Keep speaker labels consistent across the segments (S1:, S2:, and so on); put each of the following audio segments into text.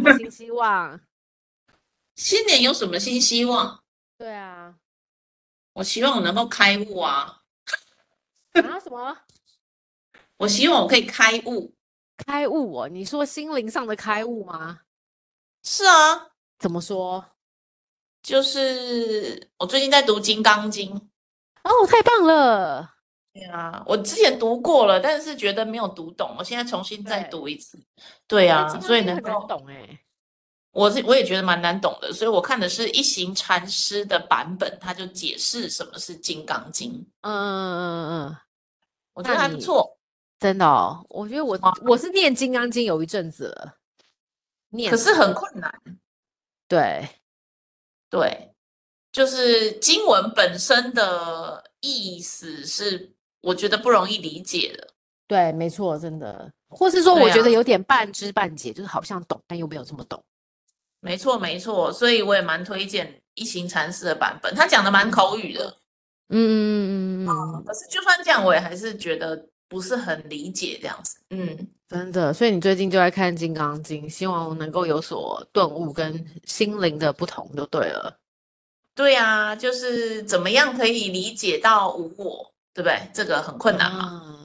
S1: 么新希望？
S2: 新年有什么新希望？
S1: 对啊，
S2: 我希望我能够开悟啊！
S1: 啊什么
S2: 我希望我可以开悟。
S1: 开悟哦？你说心灵上的开悟吗？
S2: 是啊，
S1: 怎么说？
S2: 就是我最近在读《金刚经》。
S1: 哦，太棒了！
S2: 对啊，我之前读过了，但是觉得没有读懂，我现在重新再
S1: 对
S2: 读一次。对
S1: 哎
S2: 啊，
S1: 金刚
S2: 所以
S1: 经
S2: 能
S1: 很难
S2: 够，
S1: 懂哎。
S2: 我是我也觉得蛮难懂的，所以我看的是一行禅师的版本，他就解释什么是《金刚经》，
S1: 嗯嗯嗯嗯嗯，
S2: 我觉得
S1: 那
S2: 还不
S1: 你
S2: 错。
S1: 真的哦。我觉得我
S2: 哇
S1: 我是念《金刚经》有一阵子了，念
S2: 可是
S1: 啊
S2: 很困难，
S1: 对
S2: 对，就是经文本身的意思是我觉得不容易理解的。
S1: 对，没错，真的，或是说我
S2: 对
S1: 觉得
S2: 啊
S1: 有点半知半解，就是好像懂，但又没有这么懂。
S2: 没错，没错，所以我也蛮推荐一行禅师的版本，他讲的蛮口语的。
S1: 嗯嗯嗯嗯嗯嗯，
S2: 可是就算这样，我也还是觉得不是很理解这样子。嗯，
S1: 真的。所以你最近就在看《金刚经》，希望能够有所顿悟跟心灵的不同，就对了。
S2: 对啊，就是怎么样可以理解到无我，对不对？这个很困难嘛。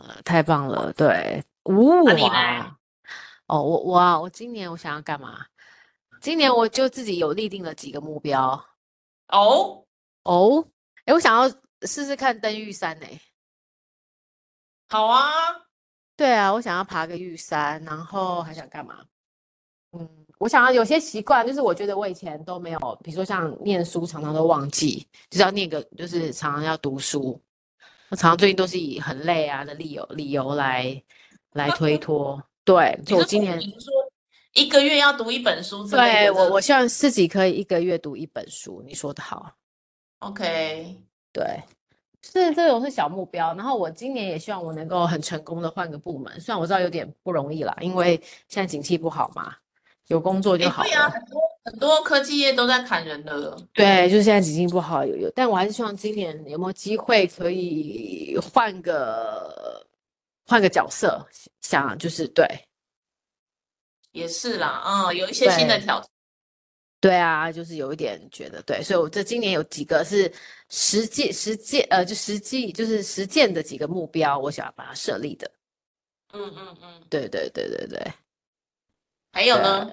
S1: 啊，太棒了，对，五
S2: 嗯那你
S1: 我
S2: 嘞
S1: 啊，哦，我我啊，我今年我想要干嘛？今年我就自己有立定了几个目标
S2: 哦，
S1: 哦，诶，我想要试试看登玉山呢、
S2: 好啊，
S1: 对啊，我想要爬个玉山，然后还想干嘛？嗯，我想要有些习惯，就是我觉得我以前都没有，比如说像念书，常常都忘记，就是要念个，就是常常要读书。我常常最近都是以很累啊的理由理由来来 推脱。对，
S2: 你
S1: 就我
S2: 是
S1: 今
S2: 说
S1: 年，
S2: 你说一个月要读一本书之类
S1: 对
S2: 的
S1: 我
S2: 这
S1: 我希望自己可以一个月读一本书。你说的好，
S2: OK，
S1: 对，是这种是小目标。然后我今年也希望我能够很成功的换个部门，虽然我知道有点不容易啦，因为现在景气不好嘛，有工作就
S2: 诶
S1: 好
S2: 对啊，
S1: 了。
S2: 很多很多科技业都在砍人了。
S1: 对，就是现在景气不好，有有，但我还是希望今年有没有机会可以换个换个角色，想就是对
S2: 也是啦，嗯，有一些新的
S1: 对
S2: 挑战。
S1: 对啊，就是有一点觉得对，所以我这今年有几个是实际实际呃，就实际就是实践的几个目标，我想要把它设立的。
S2: 嗯嗯嗯，
S1: 对对对对对，
S2: 还有
S1: 对
S2: 呢？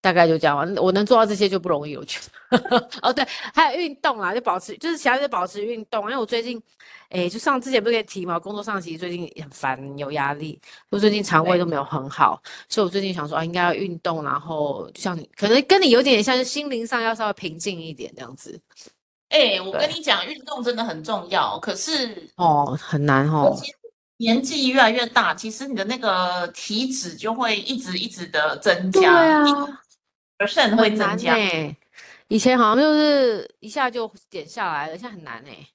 S1: 大概就这样吧。我能做到这些就不容易，我觉得。 哦，对，还有运动啦，就保持，就是其他就保持运动。因为我最近，哎，就上之前不是跟你提嘛，工作上其实最近很烦，有压力，就最近肠胃
S2: 对
S1: 都没有很好，所以我最近想说啊，应该要运动，然后就像你，可能跟你有点像，是心灵上要稍微平静一点这样子。
S2: 哎，我跟
S1: 对
S2: 你讲，运动真的很重要。可是
S1: 哦，很难
S2: 我
S1: 哦。
S2: 其实年纪越来越大，其实你的那个体脂就会一直一直的增
S1: 对
S2: 加，一
S1: 啊，
S2: 而肾会
S1: 很
S2: 增
S1: 难呢、
S2: 加。
S1: 以前好像就是一下就减下来了，现在很难呢、欸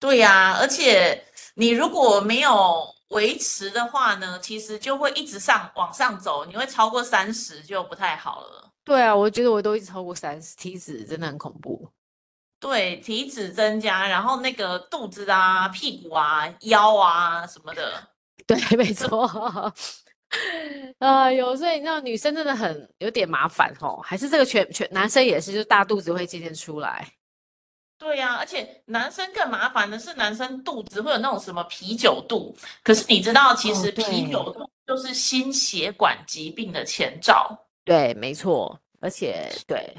S2: 对呀，而且你如果没有维持的话呢，其实就会一直上往上走，你会超过三十就不太好了。
S1: 对啊，我觉得我都一直超过三十，体脂真的很恐怖。
S2: 对，体脂增加，然后那个肚子啊、屁股啊、腰啊什么的。
S1: 对，没错。啊，有，所以你知道女生真的很有点麻烦吼，还是这个全全男生也是，就大肚子会渐渐出来。
S2: 对呀、而且男生更麻烦的是，男生肚子会有那种什么啤酒肚。可是你知道，其
S1: 哦
S2: 实啤酒肚就是心血管疾病的前兆，
S1: 对，没错，而且对，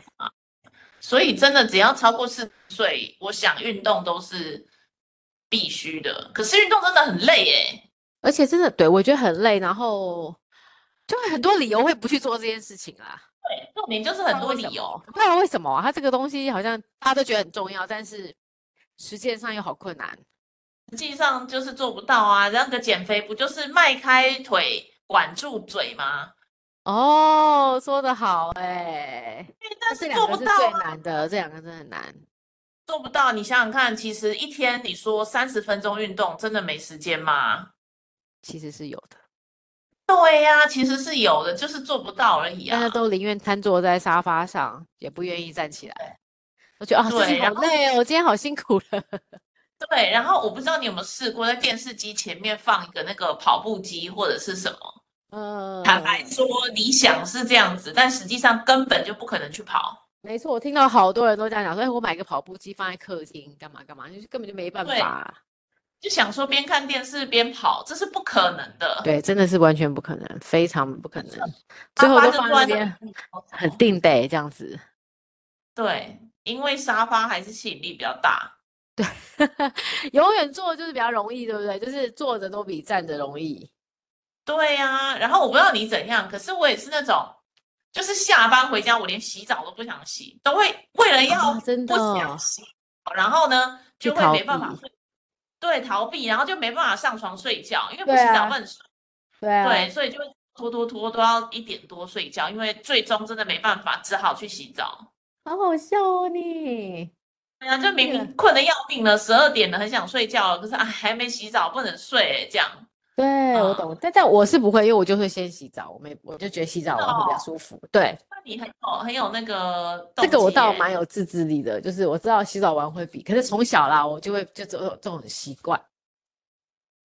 S2: 所以真的只要超过四十岁，我想运动都是必须的。可是运动真的很累耶、
S1: 而且真的对我觉得很累，然后就会很多理由会不去做这件事情啦。
S2: 对，重点就是
S1: 不知道
S2: 很多
S1: 为
S2: 理
S1: 什
S2: 由
S1: 么，。不知道为什么啊，它这个东西好像大家都觉得很重要，但是实践上又好困难。
S2: 实际上就是做不到啊。那个减肥不就是迈开腿管住嘴吗？
S1: 哦，说得好哎、
S2: 但
S1: 这
S2: 是
S1: 两
S2: 做
S1: 个
S2: 不
S1: 是
S2: 到
S1: 最
S2: 啊
S1: 难的，这两个真的很难。
S2: 做不到，你想想看，其实一天你说三十分钟运动，真的没时间吗？
S1: 其实是有的，
S2: 对呀、其实是有的，就是做不到而已
S1: 大
S2: 啊
S1: 家。都宁愿瘫坐在沙发上，也不愿意站起来。我觉得啊，自己
S2: 对
S1: 好
S2: 然后
S1: 累哦，我今天好辛苦了。
S2: 对，然后我不知道你有没有试过在电视机前面放一个那个跑步机或者是什么，
S1: 嗯，
S2: 坦白说，理想是这样子，但实际上根本就不可能去跑。
S1: 没错，我听到好多人都这样讲，说哎，我买个跑步机放在客厅干嘛干嘛，就是根本就没办
S2: 对
S1: 法。
S2: 就想说边看电视边跑，这是不可能的。
S1: 对，真的是完全不可能，非常不可能。
S2: 他
S1: 最后
S2: 发
S1: 都
S2: 就
S1: 放在那
S2: 坐在
S1: 边
S2: 那，里
S1: 很定得这样子。
S2: 对，因为沙发还是吸引力比较大。
S1: 永远坐就是比较容易，对不对？就是坐着都比站着容易。
S2: 对呀、然后我不知道你怎样，可是我也是那种，就是下班回家我连洗澡都不想洗，都会为了要
S1: 啊真的
S2: 不想洗，然后呢
S1: 去
S2: 就会
S1: 逃
S2: 没办法
S1: 避
S2: 睡，对，逃避，然后就没办法上床睡觉，因为不
S1: 对
S2: 洗
S1: 啊
S2: 澡不能睡，
S1: 对啊，
S2: 对，所以就会拖拖拖拖到一点多睡觉，因为最终真的没办法，只好去洗澡。
S1: 好好笑哦你。
S2: 对啊，就明
S1: 对啊
S2: 明困得要命了，十二点了，很想睡觉了，可是啊还没洗澡，不能睡、这样。
S1: 对，我
S2: 啊
S1: 懂，但但我是不会，因为我就会先洗澡，我没我就觉得洗澡
S2: 真的
S1: 完会比较
S2: 哦
S1: 舒服。对，
S2: 那你很有很有那个
S1: 这个我倒
S2: 到
S1: 蛮有自制力的，就是我知道洗澡完会比，可是从小啦，我就会就这种这种习惯。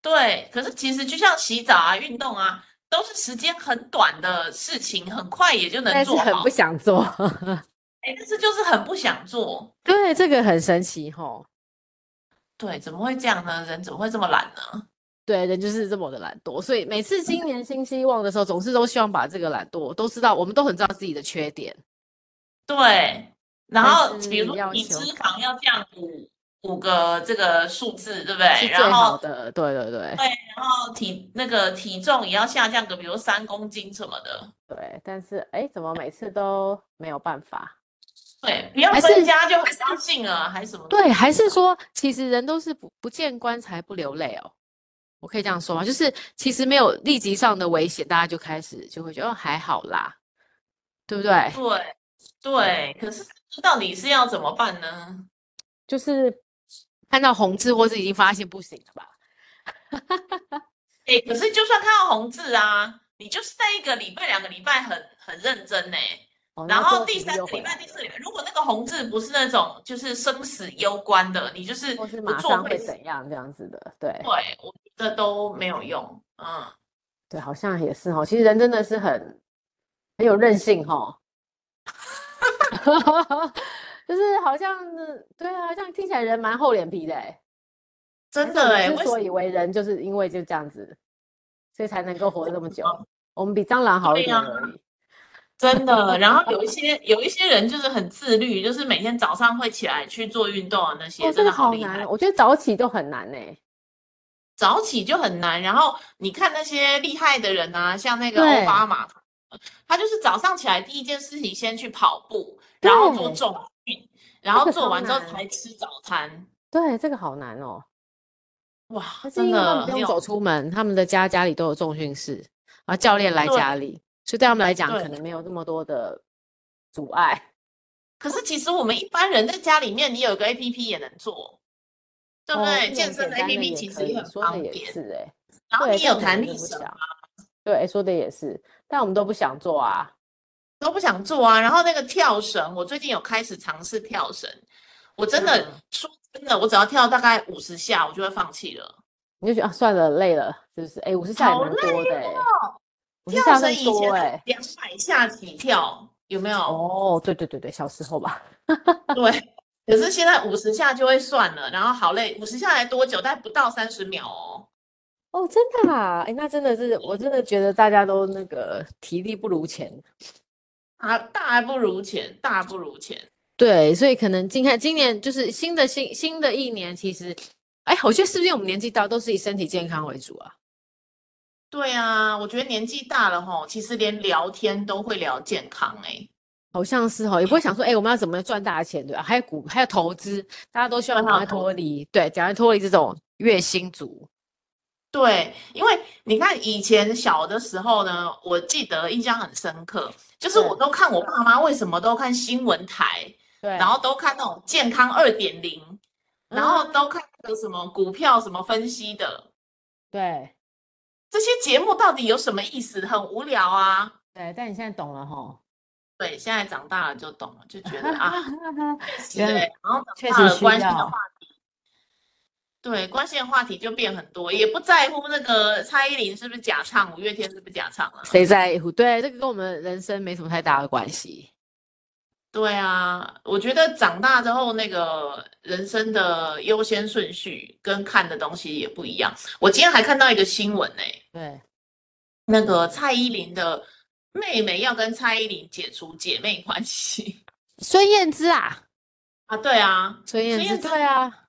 S2: 对，可是其实就像洗澡啊、运动啊，都是时间很短的事情，很快也就能
S1: 但是
S2: 做
S1: 很
S2: 好
S1: 不。想做。
S2: 哎，但是就是很不想做。
S1: 对，这个很神奇吼。
S2: 对，怎么会这样呢？人怎么会这么懒呢？
S1: 对，人就是这么的懒惰，所以每次新年新希望的时候，总是都希望把这个懒惰都知道，我们都很知道自己的缺点。
S2: 对，然
S1: 但
S2: 后比
S1: 是
S2: 如说
S1: 要
S2: 你
S1: 求
S2: 脂肪要降五五个这个数字，对不对？
S1: 是
S2: 然
S1: 最好
S2: 后
S1: 的，对对对
S2: 然后体那个体重也要下降个，比如三公斤什么的。
S1: 对，但是哎，怎么每次都没有办法？
S2: 对，不要
S1: 嗯还
S2: 增
S1: 是
S2: 加就很高兴了，还是什么？
S1: 对，还是说，其实人都是不不见棺材不流泪哦，我可以这样说吗？就是其实没有立即上的危险，大家就开始就会觉得哦还好啦，对不对？
S2: 对对，可是这到底是要怎么办呢？
S1: 就是看到红字或是已经发现不行了吧？
S2: 哎、可是就算看到红字啊，你就是在一个礼拜、两个礼拜很很认真呢、
S1: 哦、
S2: 然
S1: 最
S2: 后第
S1: 几率
S2: 三
S1: 又
S2: 个
S1: 回
S2: 礼拜、
S1: 来
S2: 第四
S1: 了
S2: 个礼拜，如果那个红字不是那种就是生死攸关的，你就是
S1: 或是
S2: 不
S1: 马
S2: 做
S1: 上
S2: 会
S1: 会
S2: 死。
S1: 怎样这样子的，对
S2: 对，我觉得都没有用。嗯，
S1: 对，好像也是哦。其实人真的是很很有韧性哦， 就是好像对啊，好像听起来人蛮厚脸皮的哎。
S2: 真
S1: 但是我
S2: 的
S1: 们
S2: 哎、为
S1: 之
S2: 什
S1: 所以为人，就是因为就这样子，所以才能够活得这么久。我们比蟑螂好
S2: 哦对啊
S1: 一点
S2: 呀
S1: 而已。
S2: 真的。然后有一些有一些人就是很自律，就是每天早上会起来去做运动啊，那些、
S1: 哦，这
S2: 真
S1: 个
S2: 的好
S1: 好
S2: 厉
S1: 难
S2: 害
S1: 哦，。我觉得早起就很难欸呢。
S2: 早起就很难。然后你看那些厉害的人啊，像那个奥
S1: 对
S2: 巴马，他就是早上起来第一件事情先去跑步，然后做
S1: 对
S2: 重训，然后
S1: 个
S2: 做
S1: 超
S2: 完之后
S1: 难
S2: 才吃早餐。
S1: 对，这个好难哦。
S2: 哇，
S1: 可是
S2: 哦真
S1: 因为他
S2: 的
S1: 们不
S2: 很
S1: 用
S2: 有
S1: 走出门，他们的家家里都有重训室，然后教练来
S2: 对
S1: 家里，所以对他们来讲
S2: 对
S1: 可能没有那么多的阻碍。
S2: 可是其实我们一般人在家里面，你有个 A P P 也能做，对不
S1: 哦
S2: 对？
S1: 这
S2: 健
S1: 种
S2: 身
S1: 简
S2: 的
S1: 单
S2: A P
S1: 的
S2: P
S1: 也
S2: 其
S1: 可
S2: 实
S1: 以
S2: 也很
S1: 说的
S2: 方
S1: 也
S2: 便，
S1: 是哎，
S2: 然后
S1: 对
S2: 你有
S1: 但我们
S2: 弹
S1: 都
S2: 力
S1: 不
S2: 绳
S1: 想对，说的也是，但我们都不想做啊。
S2: 都不想做啊。然后那个跳绳，我最近有开始尝试跳绳，我真的
S1: 嗯
S2: 说真的，我只要跳大概五十下，我就会放弃了。
S1: 你就觉得啊，算了，累了，是不是？哎，五十下也
S2: 好
S1: 蛮多的哎、五十
S2: 跳
S1: 下
S2: 绳
S1: 算
S2: 以
S1: 多哎、
S2: 前两百下起跳，有没有？
S1: 哦，对对对对，小时候吧，
S2: 对。可是现在五十下就会算了，然后好累，五十下来多久？但不到三十秒哦。
S1: 哦，真的啊，哎，那真的是，我真的觉得大家都那个体力不如前。
S2: 啊，大不如前，大不如前。
S1: 对，所以可能今看今年就是新的新新的一年，其实，哎，我觉得是不是因为我们年纪大，都是以身体健康为主啊？
S2: 对啊，我觉得年纪大了吼，其实连聊天都会聊健康哎、
S1: 好像是哦，也不会想说，哎，我们要怎么赚大钱，对吧、还有股，还有投资，大家都希望
S2: 对
S1: 赶
S2: 啊
S1: 快脱离，对，赶快脱离这种月薪族。
S2: 对，因为你看以前小的时候呢，我记得印象很深刻，就是我
S1: 嗯
S2: 都看我爸妈为什么都看新闻台，
S1: 对，
S2: 然后都看那种健康二点零，然后
S1: 嗯
S2: 都看那个什么股票什么分析的，
S1: 对
S2: 这些节目到底有什么意思？很无聊啊。
S1: 对，但你现在懂了吼。
S2: 对，现在长大了就懂了，就觉得啊，确实
S1: 原
S2: 欸
S1: 来
S2: 然后
S1: 确
S2: 长大
S1: 实
S2: 了
S1: 需
S2: 关心的
S1: 要
S2: 话题，对，关系的话题就变很多，也不在乎那个蔡依林是不是假唱，五月天是不是假唱了、啊。
S1: 谁在乎？对，这个跟我们人生没什么太大的关系。
S2: 对啊，我觉得长大之后那个人生的优先顺序跟看的东西也不一样。我今天还看到一个新闻呢、
S1: 对，
S2: 那个蔡依林的妹妹要跟蔡依林解除姐妹关系
S1: 孙燕姿啊，
S2: 啊，对啊，
S1: 孙燕姿，
S2: 燕姿
S1: 对啊，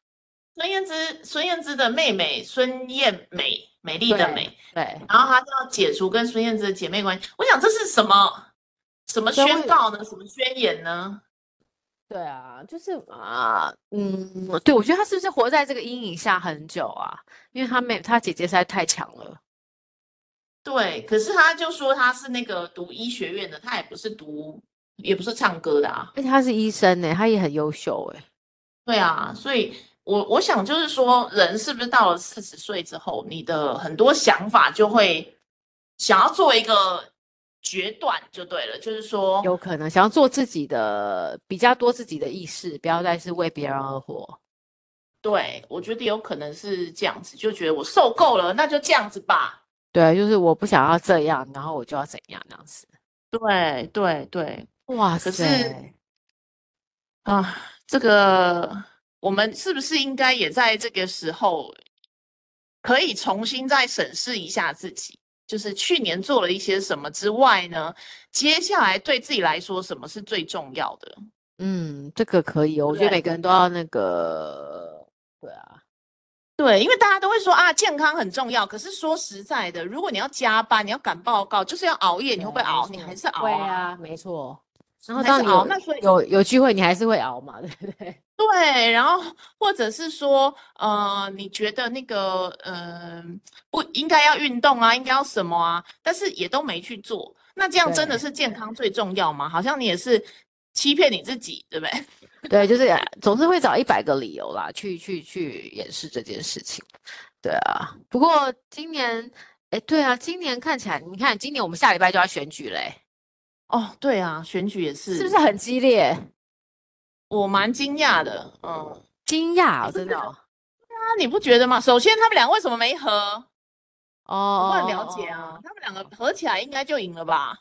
S2: 孙燕姿，孙燕姿的妹妹孙燕美，美丽的
S1: 对
S2: 美，
S1: 对，
S2: 然后她就要解除跟孙燕姿的姐妹关系。我想这是什么什么
S1: 对我
S2: 宣
S1: 也
S2: 告呢？什么宣言呢？
S1: 对啊，就是啊，嗯，对，我觉得他是不是活在这个阴影下很久啊？因为他妹，他姐姐实在太强了。
S2: 对，可是她就说她是那个读医学院的，她也不是读，也不是唱歌的啊。
S1: 而且他是医生呢、他也很优秀哎、
S2: 对啊，所以我我想就是说，人是不是到了四十岁之后，你的很多想法就会想要做一个决断，就对了，就是说，
S1: 有可能想要做自己的，比较多自己的意识，不要再是为别人而活。
S2: 对，我觉得有可能是这样子，就觉得我受够了，那就这样子吧。
S1: 对，就是我不想要这样，然后我就要怎样那样子。
S2: 对对对，
S1: 哇
S2: 可是
S1: 塞，
S2: 啊，这个我们是不是应该也在这个时候，可以重新再审视一下自己？就是去年做了一些什么之外呢？接下来对自己来说，什么是最重要的？
S1: 嗯，这个可以哦，我觉得
S2: 对
S1: 每个人都要那个，对啊，
S2: 对，因为大家都会说啊，健康很重要。可是说实在的，如果你要加班，你要赶报告，就是要熬夜，你会不会
S1: 对没
S2: 熬？你
S1: 错
S2: 还是熬
S1: 会
S2: 啊。
S1: 啊，没错。然后
S2: 还
S1: 当
S2: 是
S1: 你
S2: 熬
S1: 有
S2: 那所以
S1: 有有机会，你还是会熬嘛， 对不对？
S2: 对，然后或者是说，呃，你觉得那个，呃，不应该要运动啊，应该要什么啊？但是也都没去做，那这样真的
S1: 对
S2: 是健康最重要吗？好像你也是欺骗你自己，对不对？
S1: 对，就是呃总是会找一百个理由啦，去去去掩饰这件事情。对啊，不过今年，哎，对啊，今年看起来，你看今年我们下礼拜就要选举嘞，
S2: 哦，对啊，选举也
S1: 是不
S2: 是
S1: 是很激烈？
S2: 我蛮惊讶的，嗯，
S1: 惊讶哦，
S2: 不
S1: 真
S2: 是
S1: 的哦。
S2: 那你不觉得吗？首先，他们俩为什么没和？我
S1: 哦，
S2: 不
S1: 哦
S2: 很了解啊，，他们两个合起来应该就赢了吧？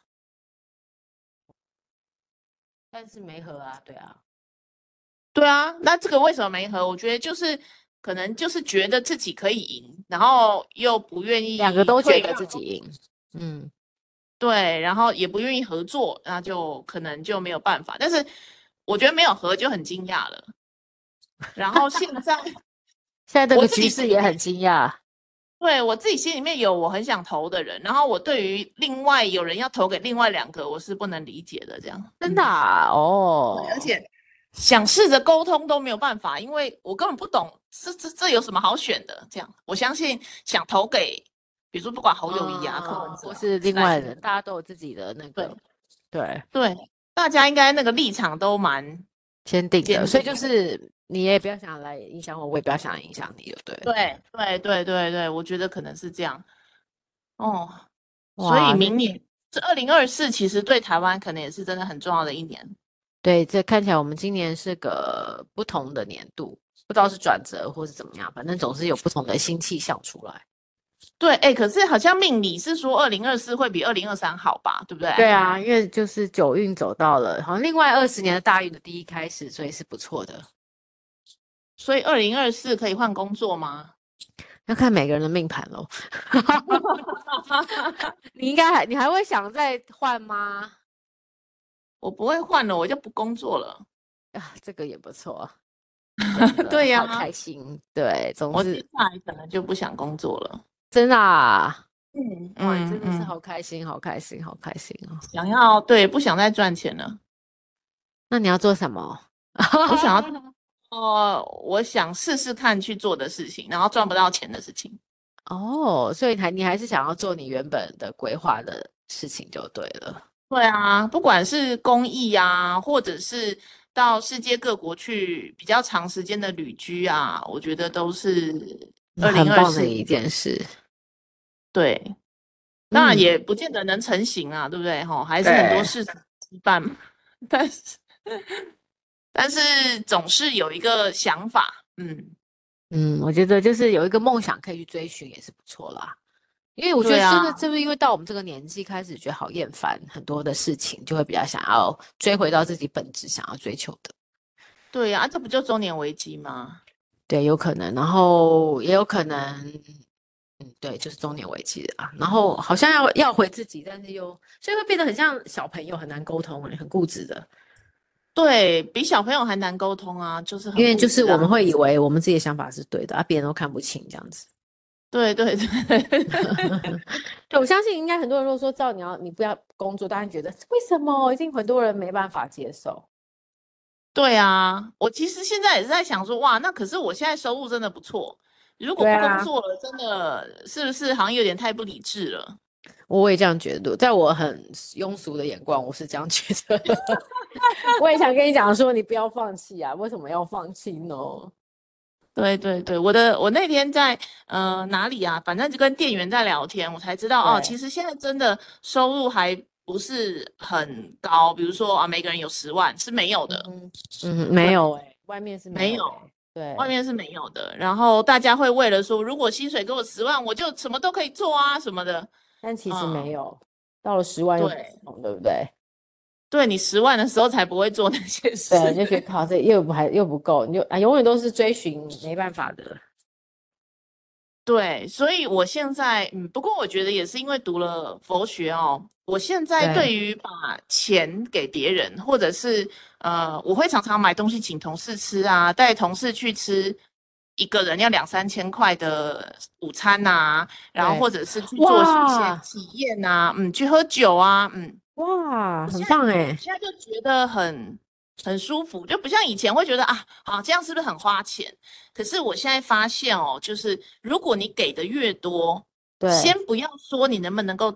S1: 但是没和啊，对啊，
S2: 对啊，那这个为什么没和？我觉得就是可能就是觉得自己可以赢，然后又不愿意
S1: 两个都觉
S2: 退
S1: 得
S2: 让
S1: 自己赢，嗯，
S2: 对，然后也不愿意合作，那就可能就没有办法。但是我觉得没有和就很惊讶了。然后现 在
S1: 现在这
S2: 我
S1: 个
S2: 自
S1: 局
S2: 己嗯
S1: 势也很惊讶，
S2: 对我自己心里面有我很想投的人，然后我对于另外有人要投给另外两个，我是不能理解的。这样
S1: 真的啊哦
S2: 嗯，而且想试着沟通都没有办法，因为我根本不懂这这这有什么好选的。这样我相信想投给，比如说不管侯友谊啊、柯文
S1: 嗯
S2: 哲
S1: 或
S2: 啊
S1: 是另
S2: 赖
S1: 外
S2: 清
S1: 人，大家都有自己的那个，对，
S2: 对，大家应该那个立场都蛮
S1: 坚定
S2: 坚
S1: 的，所以
S2: 定
S1: 就
S2: 的
S1: 是你也不要想来影响我，我也不要想影响你，就对了。
S2: 对对对对对，我觉得可能是这样。哦，所
S1: 哇
S2: 以
S1: 那
S2: 明年这二零二四其实对台湾可能也是真的很重要的一年。
S1: 对，这看起来我们今年是个不同的年度，不知道是转折或是怎么样，反正总是有不同的新气象出来。
S2: 对，哎，可是好像命理是说二零二四会比二零二三好吧，对不对？
S1: 对啊，因为就是九运走到了，好像另外二十年的大运的第一开始，所以是不错的。
S2: 所以二零二四可以换工作吗？
S1: 要看每个人的命盘喽。 你应该还你还会想再换吗？
S2: 我不会换了，我就不工作了。
S1: 啊，这个也不错。真
S2: 对
S1: 的好
S2: 呀
S1: 开心。对，总
S2: 我接
S1: 是
S2: 下来可能就不想工作了。
S1: 真的啊，
S2: 嗯
S1: 哇，你真的是
S2: 嗯
S1: 好开心，好开心，好开心哦。
S2: 想要对，不想再赚钱了。
S1: 那你要做什么？
S2: 我想要 哦，我想试试看去做的事情，然后赚不到钱的事情。
S1: 哦，所以还你还是想要做你原本的规划的事情就对了。
S2: 对啊，不管是公益啊，或者是到世界各国去比较长时间的旅居啊，我觉得都是二
S1: 很
S2: 零二
S1: 棒
S2: 四
S1: 的一件事，
S2: 对。当然
S1: 嗯
S2: 也不见得能成型啊，对不对？哈，还是很多
S1: 对
S2: 事情羁绊嘛。 但是，但是总是有一个想法，嗯，
S1: 嗯，我觉得就是有一个梦想可以去追寻也是不错啦。因为我觉得
S2: 对
S1: 真的，
S2: 啊
S1: 是不是因为到我们这个年纪开始觉得好厌烦很多的事情，就会比较想要追回到自己本质想要追求的。
S2: 对呀、啊，这不就中年危机吗？
S1: 对，有可能，然后也有可能，嗯，对，就是中年危机了啊。然后好像要要回自己，但是又所以会变得很像小朋友，很难沟通、欸，很固执的。
S2: 对比小朋友还难沟通啊，就是很
S1: 因为
S2: 固
S1: 就
S2: 执
S1: 是我
S2: 啊
S1: 们会以为我们自己的想法是对的，啊，别人都看不清这样子。
S2: 对对对，
S1: 对，我相信应该很多人如果说照你要你不要工作，大家觉得为什么？一定很多人没办法接受。
S2: 对啊，我其实现在也是在想说，哇，那可是我现在收入真的不错，如果
S1: 对
S2: 不工
S1: 啊
S2: 作了，真的是不是好像有点太不理智了？
S1: 我也这样觉得，在我很庸俗的眼光，我是这样觉得。 我也想跟你讲说，你不要放弃啊！为什么要放弃呢？
S2: 对对对，我的我那天在呃哪里啊，反正就跟店员在聊天，我才知道哦，
S1: 对
S2: 其实现在真的收入还不是很高，比如说啊，每个人有十万是没有的，
S1: 嗯嗯，没有哎、外面是
S2: 没
S1: 有
S2: 有
S1: 欸、对，
S2: 外面是没有的。然后大家会为了说，如果薪水给我十万，我就什么都可以做啊什么的。
S1: 但其实
S2: 嗯
S1: 没有，到了十万又不
S2: 对
S1: 同，对不 对？
S2: 对你十万的时候才不会做那些事。
S1: 对，啊就觉得靠这又不还又不够，你就啊，永远都是追寻没办法的。
S2: 对，所以我现在，嗯，不过我觉得也是因为读了佛学哦，我现在
S1: 对
S2: 对于把钱给别人，或者是呃，我会常常买东西请同事吃啊，带同事去吃一个人要两三千块的午餐呐、然后
S1: 对
S2: 或者是去做一些
S1: 哇
S2: 体验呐、嗯，去喝酒啊，嗯，
S1: 哇，很
S2: 现在
S1: 棒哎、
S2: 现在就觉得很很舒服，就不像以前会觉得啊，好这样是不是很花钱？可是我现在发现哦，就是如果你给的越多，
S1: 对，
S2: 先不要说你能不能够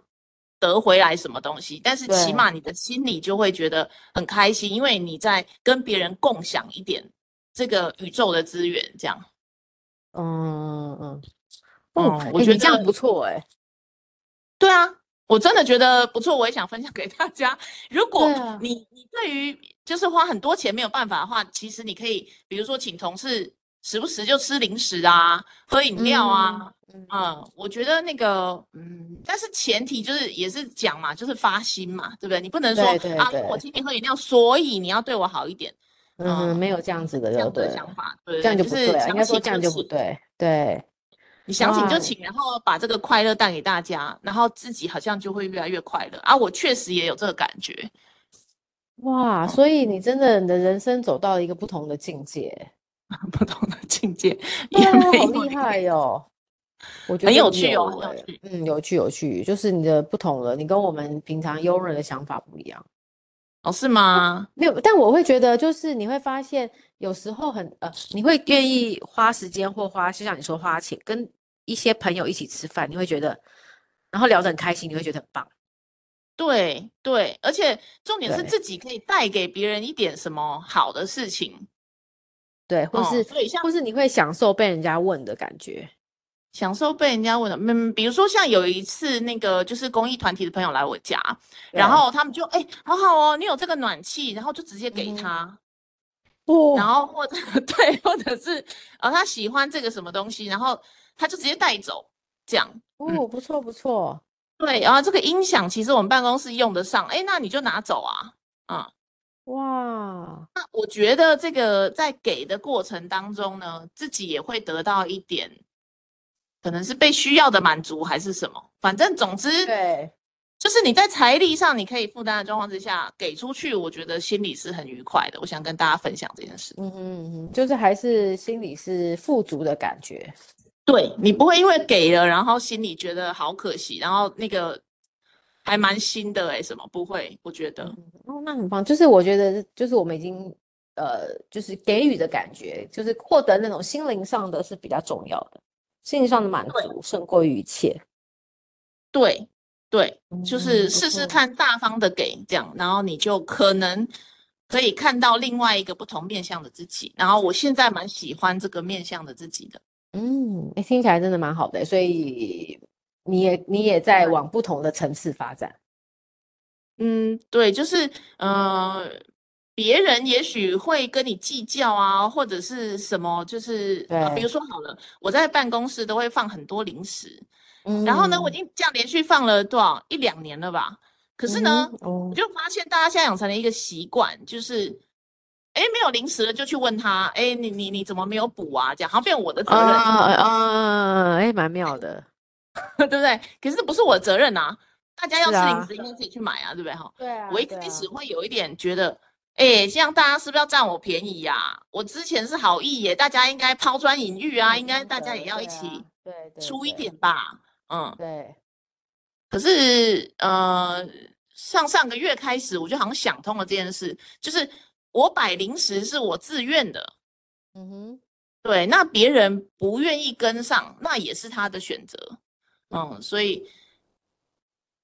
S2: 得回来什么东西，但是
S1: 对
S2: 起码你的心里就会觉得很开心，因为你在跟别人共享一点这个宇宙的资源，这样。
S1: 嗯嗯，
S2: 哦
S1: 哦，
S2: 我
S1: 诶
S2: 觉
S1: 你这样
S2: 得
S1: 不错哎、
S2: 对啊，我真的觉得不错，我也想分享给大家。如果
S1: 对啊
S2: 你你对于就是花很多钱没有办法的话，其实你可以，比如说请同事时不时就吃零食啊，喝饮料啊，
S1: 嗯，
S2: 嗯，我觉得那个嗯，但是前提就是也是讲嘛，就是发心嘛，对不对？你不能说
S1: 对对
S2: 啊，因为我
S1: 对
S2: 请你喝饮料，所以你要对我好一点，
S1: 嗯哼，
S2: 嗯
S1: 没有这样子的，
S2: 这
S1: 就
S2: 样
S1: 对
S2: 的
S1: 了，
S2: 想法，
S1: 这
S2: 对对
S1: 样就
S2: 对，
S1: 不
S2: 是
S1: 对了，
S2: 想
S1: 应该说
S2: 请
S1: 这样
S2: 就
S1: 就不
S2: 请
S1: 对，对，
S2: 你想请
S1: 哇
S2: 就请，然后把这个快乐带给大家，然后自己好像就会越来越快乐啊！我确实也有这个感觉，
S1: 哇，
S2: 嗯
S1: 所以你真的你的人生走到了一个不同的境 界，
S2: 不同的境界
S1: 对
S2: 也
S1: 啊，好
S2: 没有
S1: 厉
S2: 一
S1: 害哟、我觉得
S2: 很有趣
S1: 有
S2: 哦很有
S1: 欸
S2: 趣
S1: 嗯，有趣有趣，就是你的不同了，你跟我们平常庸人的想法不一样。
S2: 哦，是吗？
S1: 没有，但我会觉得，就是你会发现，有时候很呃，你会愿意花时间或花，就像你说花钱，跟一些朋友一起吃饭，你会觉得，然后聊得很开心，你会觉得很棒。
S2: 对对，而且重点是
S1: 对
S2: 自己可以带给别人一点什么好的事情，
S1: 对，或
S2: 哦
S1: 是
S2: 所以像
S1: 或是你会享受被人家问的感觉。
S2: 享受被人家问的，嗯，比如说像有一次那个就是公益团体的朋友来我家，然
S1: 对
S2: 后他们就哎、好好哦，你有这个暖气，然后就直接给
S1: 嗯哼
S2: 他。
S1: 哇哦
S2: 然后或者 对，或者是呃他喜欢这个什么东西，然后他就直接带走，这样。嗯
S1: 哦，不错不错，
S2: 对，然后这个音响其实我们办公室用得上，哎，那你就拿走啊。啊、
S1: 哇，
S2: 那我觉得这个在给的过程当中呢，自己也会得到一点，可能是被需要的满足还是什么，反正总之
S1: 对，
S2: 就是你在财力上你可以负担的状况之下给出去，我觉得心里是很愉快的。我想跟大家分享这件事。
S1: 嗯哼嗯哼，就是还是心里是富足的感觉。
S2: 对你不会因为给了，然后心里觉得好可惜，然后那个还蛮新的哎、什么不会？我觉得
S1: 哦，那很棒，就是我觉得，就是我们已经呃，就是给予的感觉，就是获得那种心灵上的是比较重要的，心灵上的满
S2: 对
S1: 足胜过于一切。
S2: 对对，就
S1: 嗯
S2: 是
S1: 不
S2: 试试
S1: 错
S2: 看大方的给这样，然后你就可能可以看到另外一个不同面向的自己。然后我现在蛮喜欢这个面向的自己的，
S1: 嗯，哎，听起来真的蛮好的，所以你也你也在往不同的层次发展。
S2: 嗯，对，就是呃，别人也许会跟你计较啊，或者是什么，就是、呃比
S1: 对
S2: 如说好了，我在办公室都会放很多零食，
S1: 嗯
S2: 然后呢，我已经这样连续放了多少一两年了吧？可是呢，
S1: 嗯哼
S2: 我
S1: 哦
S2: 就发现大家现在养成了一个习惯，就是，哎，没有零食了就去问他，哎，你你你怎么没有补啊？这样好像变我的责任，
S1: 啊啊，哎，蛮妙的。
S2: 对不对？可是不是我的责任啊，大家要
S1: 是
S2: 吃零
S1: 啊
S2: 食应该自己去买啊，对不对？哈，
S1: 对啊
S2: 我一开始会有一点觉得，哎，这样大家是不是要占我便宜呀、我之前是好意耶，大家应该抛砖引玉啊，应该大家也要一起
S1: 嗯对啊对
S2: 出一
S1: 对
S2: 点吧，嗯。
S1: 对，
S2: 可是呃，上上个月开始，我就好像想通了这件事，就是我摆零食是我自愿的，
S1: 嗯哼，
S2: 对，那别人不愿意跟上，那也是他的选择，嗯，所以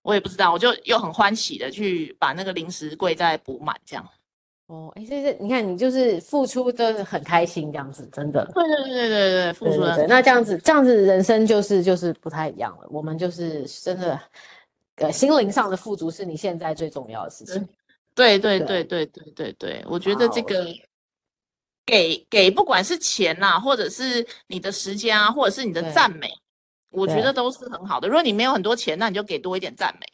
S2: 我也不知道，我就又很欢喜的去把那个零食柜再补满，这样。
S1: 哦，哎，这这你看你就是付出都是很开心这样子，真的。
S2: 对对对对对对，付
S1: 对
S2: 出
S1: 对
S2: 了
S1: 对，那这样子，这样子人生就是就是不太一样了。我们就是真的，呃，心灵上的富足是你现在最重要的事情。
S2: 对对对
S1: 对
S2: 对对对对，我觉得这
S1: 哇哦
S2: 个给给不管是钱啦、或者是你的时间啊，或者是你的
S1: 对
S2: 赞美，我觉
S1: 对
S2: 得都是很好的。如果你没有很多钱，那你就给多一点赞美。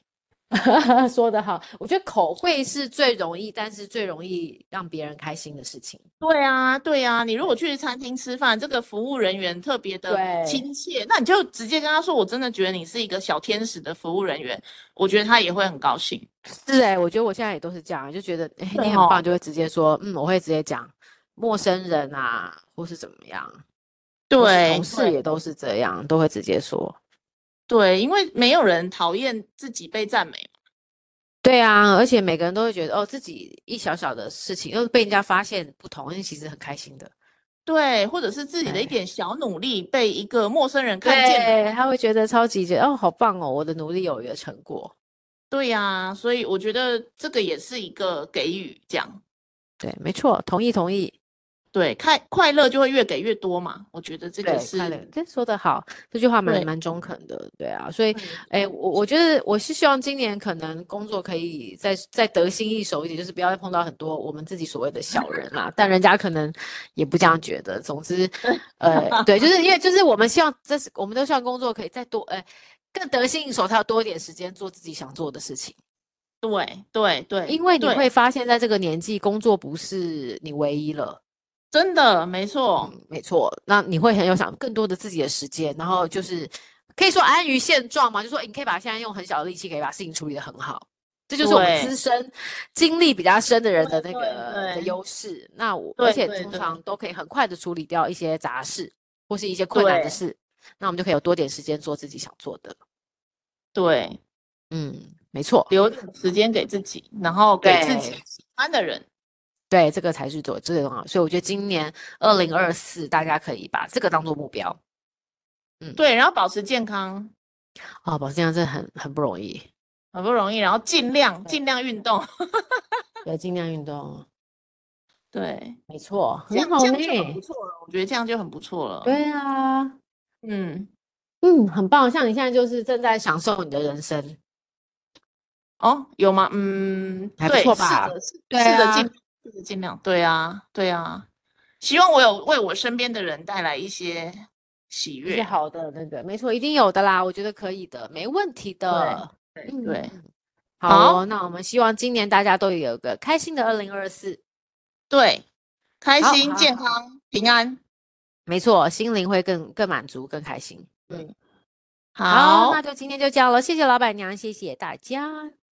S1: 说得好，我觉得口会是最容易，但是最容易让别人开心的事情。
S2: 对啊，对啊，你如果去餐厅吃饭，这个服务人员特别的
S1: 对
S2: 亲切，那你就直接跟他说，我真的觉得你是一个小天使的服务人员，我觉得他也会很高兴。
S1: 是哎、我觉得我现在也都是这样，就觉得哎、
S2: 对
S1: 你很
S2: 吼
S1: 棒，就会直接说，嗯，我会直接讲陌生人啊，或是怎么样。或是
S2: 对，
S1: 同事也都是这样，都会直接说。
S2: 对，因为没有人讨厌自己被赞美嘛。
S1: 对啊，而且每个人都会觉得哦，自己一小小的事情，又被人家发现不同，那其实很开心的。
S2: 对，或者是自己的一
S1: 对
S2: 点小努力被一个陌生人看见了，
S1: 对，他会觉得超级觉得哦，好棒哦，我的努力有一个成果。
S2: 对呀、所以我觉得这个也是一个给予，这样
S1: 对，没错，同意同意。
S2: 对，快快乐就会越给越多嘛，我觉得这个
S1: 对，
S2: 是
S1: 快乐，这说得好，这句话
S2: 对嗯
S1: 蛮蛮中肯的。对啊，所以
S2: 对
S1: 哎，我我觉得我是希望今年可能工作可以再再得心应手一点，就是不要再碰到很多我们自己所谓的小人啦。但人家可能也不这样觉得。总 之，呃，对，就是因为就是我们希望，这是我们都希望工作可以再多，呃，更得心应手，才有多一点时间做自己想做的事情。
S2: 对对对，
S1: 因为你
S2: 对
S1: 会发现在这个年纪，工作不是你唯一了。
S2: 真的没错，
S1: 嗯，没错。那你会很有想更多的自己的时间，然后就是可以说安于现状嘛，就说你可以把现在用很小的力气，可以把事情处理得很好。这就是我们
S2: 对
S1: 资深、经历比较深的人的那
S2: 对
S1: 个的
S2: 对
S1: 优势。那我
S2: 对
S1: 而且
S2: 对
S1: 通
S2: 对
S1: 常都可以很快的处理掉一些杂事或是一些困难
S2: 对
S1: 的事，那我们就可以有多点时间做自己想做的。
S2: 对，
S1: 嗯，没错，
S2: 留点时间给自己，然后给自己
S1: 对
S2: 喜欢的人，
S1: 对，这个才是做最重要的。所以我觉得今年二零二四，大家可以把这个当做目标
S2: 对，然后保持健康，
S1: 啊、保持健康真的很很不容易。
S2: 很不容易，然后尽量
S1: 对
S2: 尽量运动，
S1: 对，尽量运动。
S2: 对，
S1: 没错，
S2: 这
S1: 很
S2: 样
S1: 好
S2: 这样就很不
S1: 呢。
S2: 错了，我觉得这样就很不错了，
S1: 对啊，
S2: 嗯。
S1: 嗯，很棒。像你现在就是正在享受你的人生，
S2: 哦，有吗？嗯，
S1: 还不
S2: 对，
S1: 错
S2: 试
S1: 吧
S2: 着试
S1: 对
S2: 试着
S1: 啊
S2: 尽试着尽量，对啊，对啊，希望我有为我身边的人带来一些喜
S1: 一些
S2: 悦，
S1: 好的那个，没错，一定有的啦。我觉得可以的，没问题的。
S2: 对
S1: 嗯，
S2: 对
S1: 嗯
S2: 好
S1: 好哦，那我们希望今年大家都有个开心的二零二四。
S2: 对，开
S1: 好
S2: 心、
S1: 好
S2: 健
S1: 好
S2: 康、平安，
S1: 没错，心灵会更更满足、更开心。
S2: 对，
S1: 好，
S2: 好
S1: 那就今天就这样了，谢谢老板娘，谢谢大家。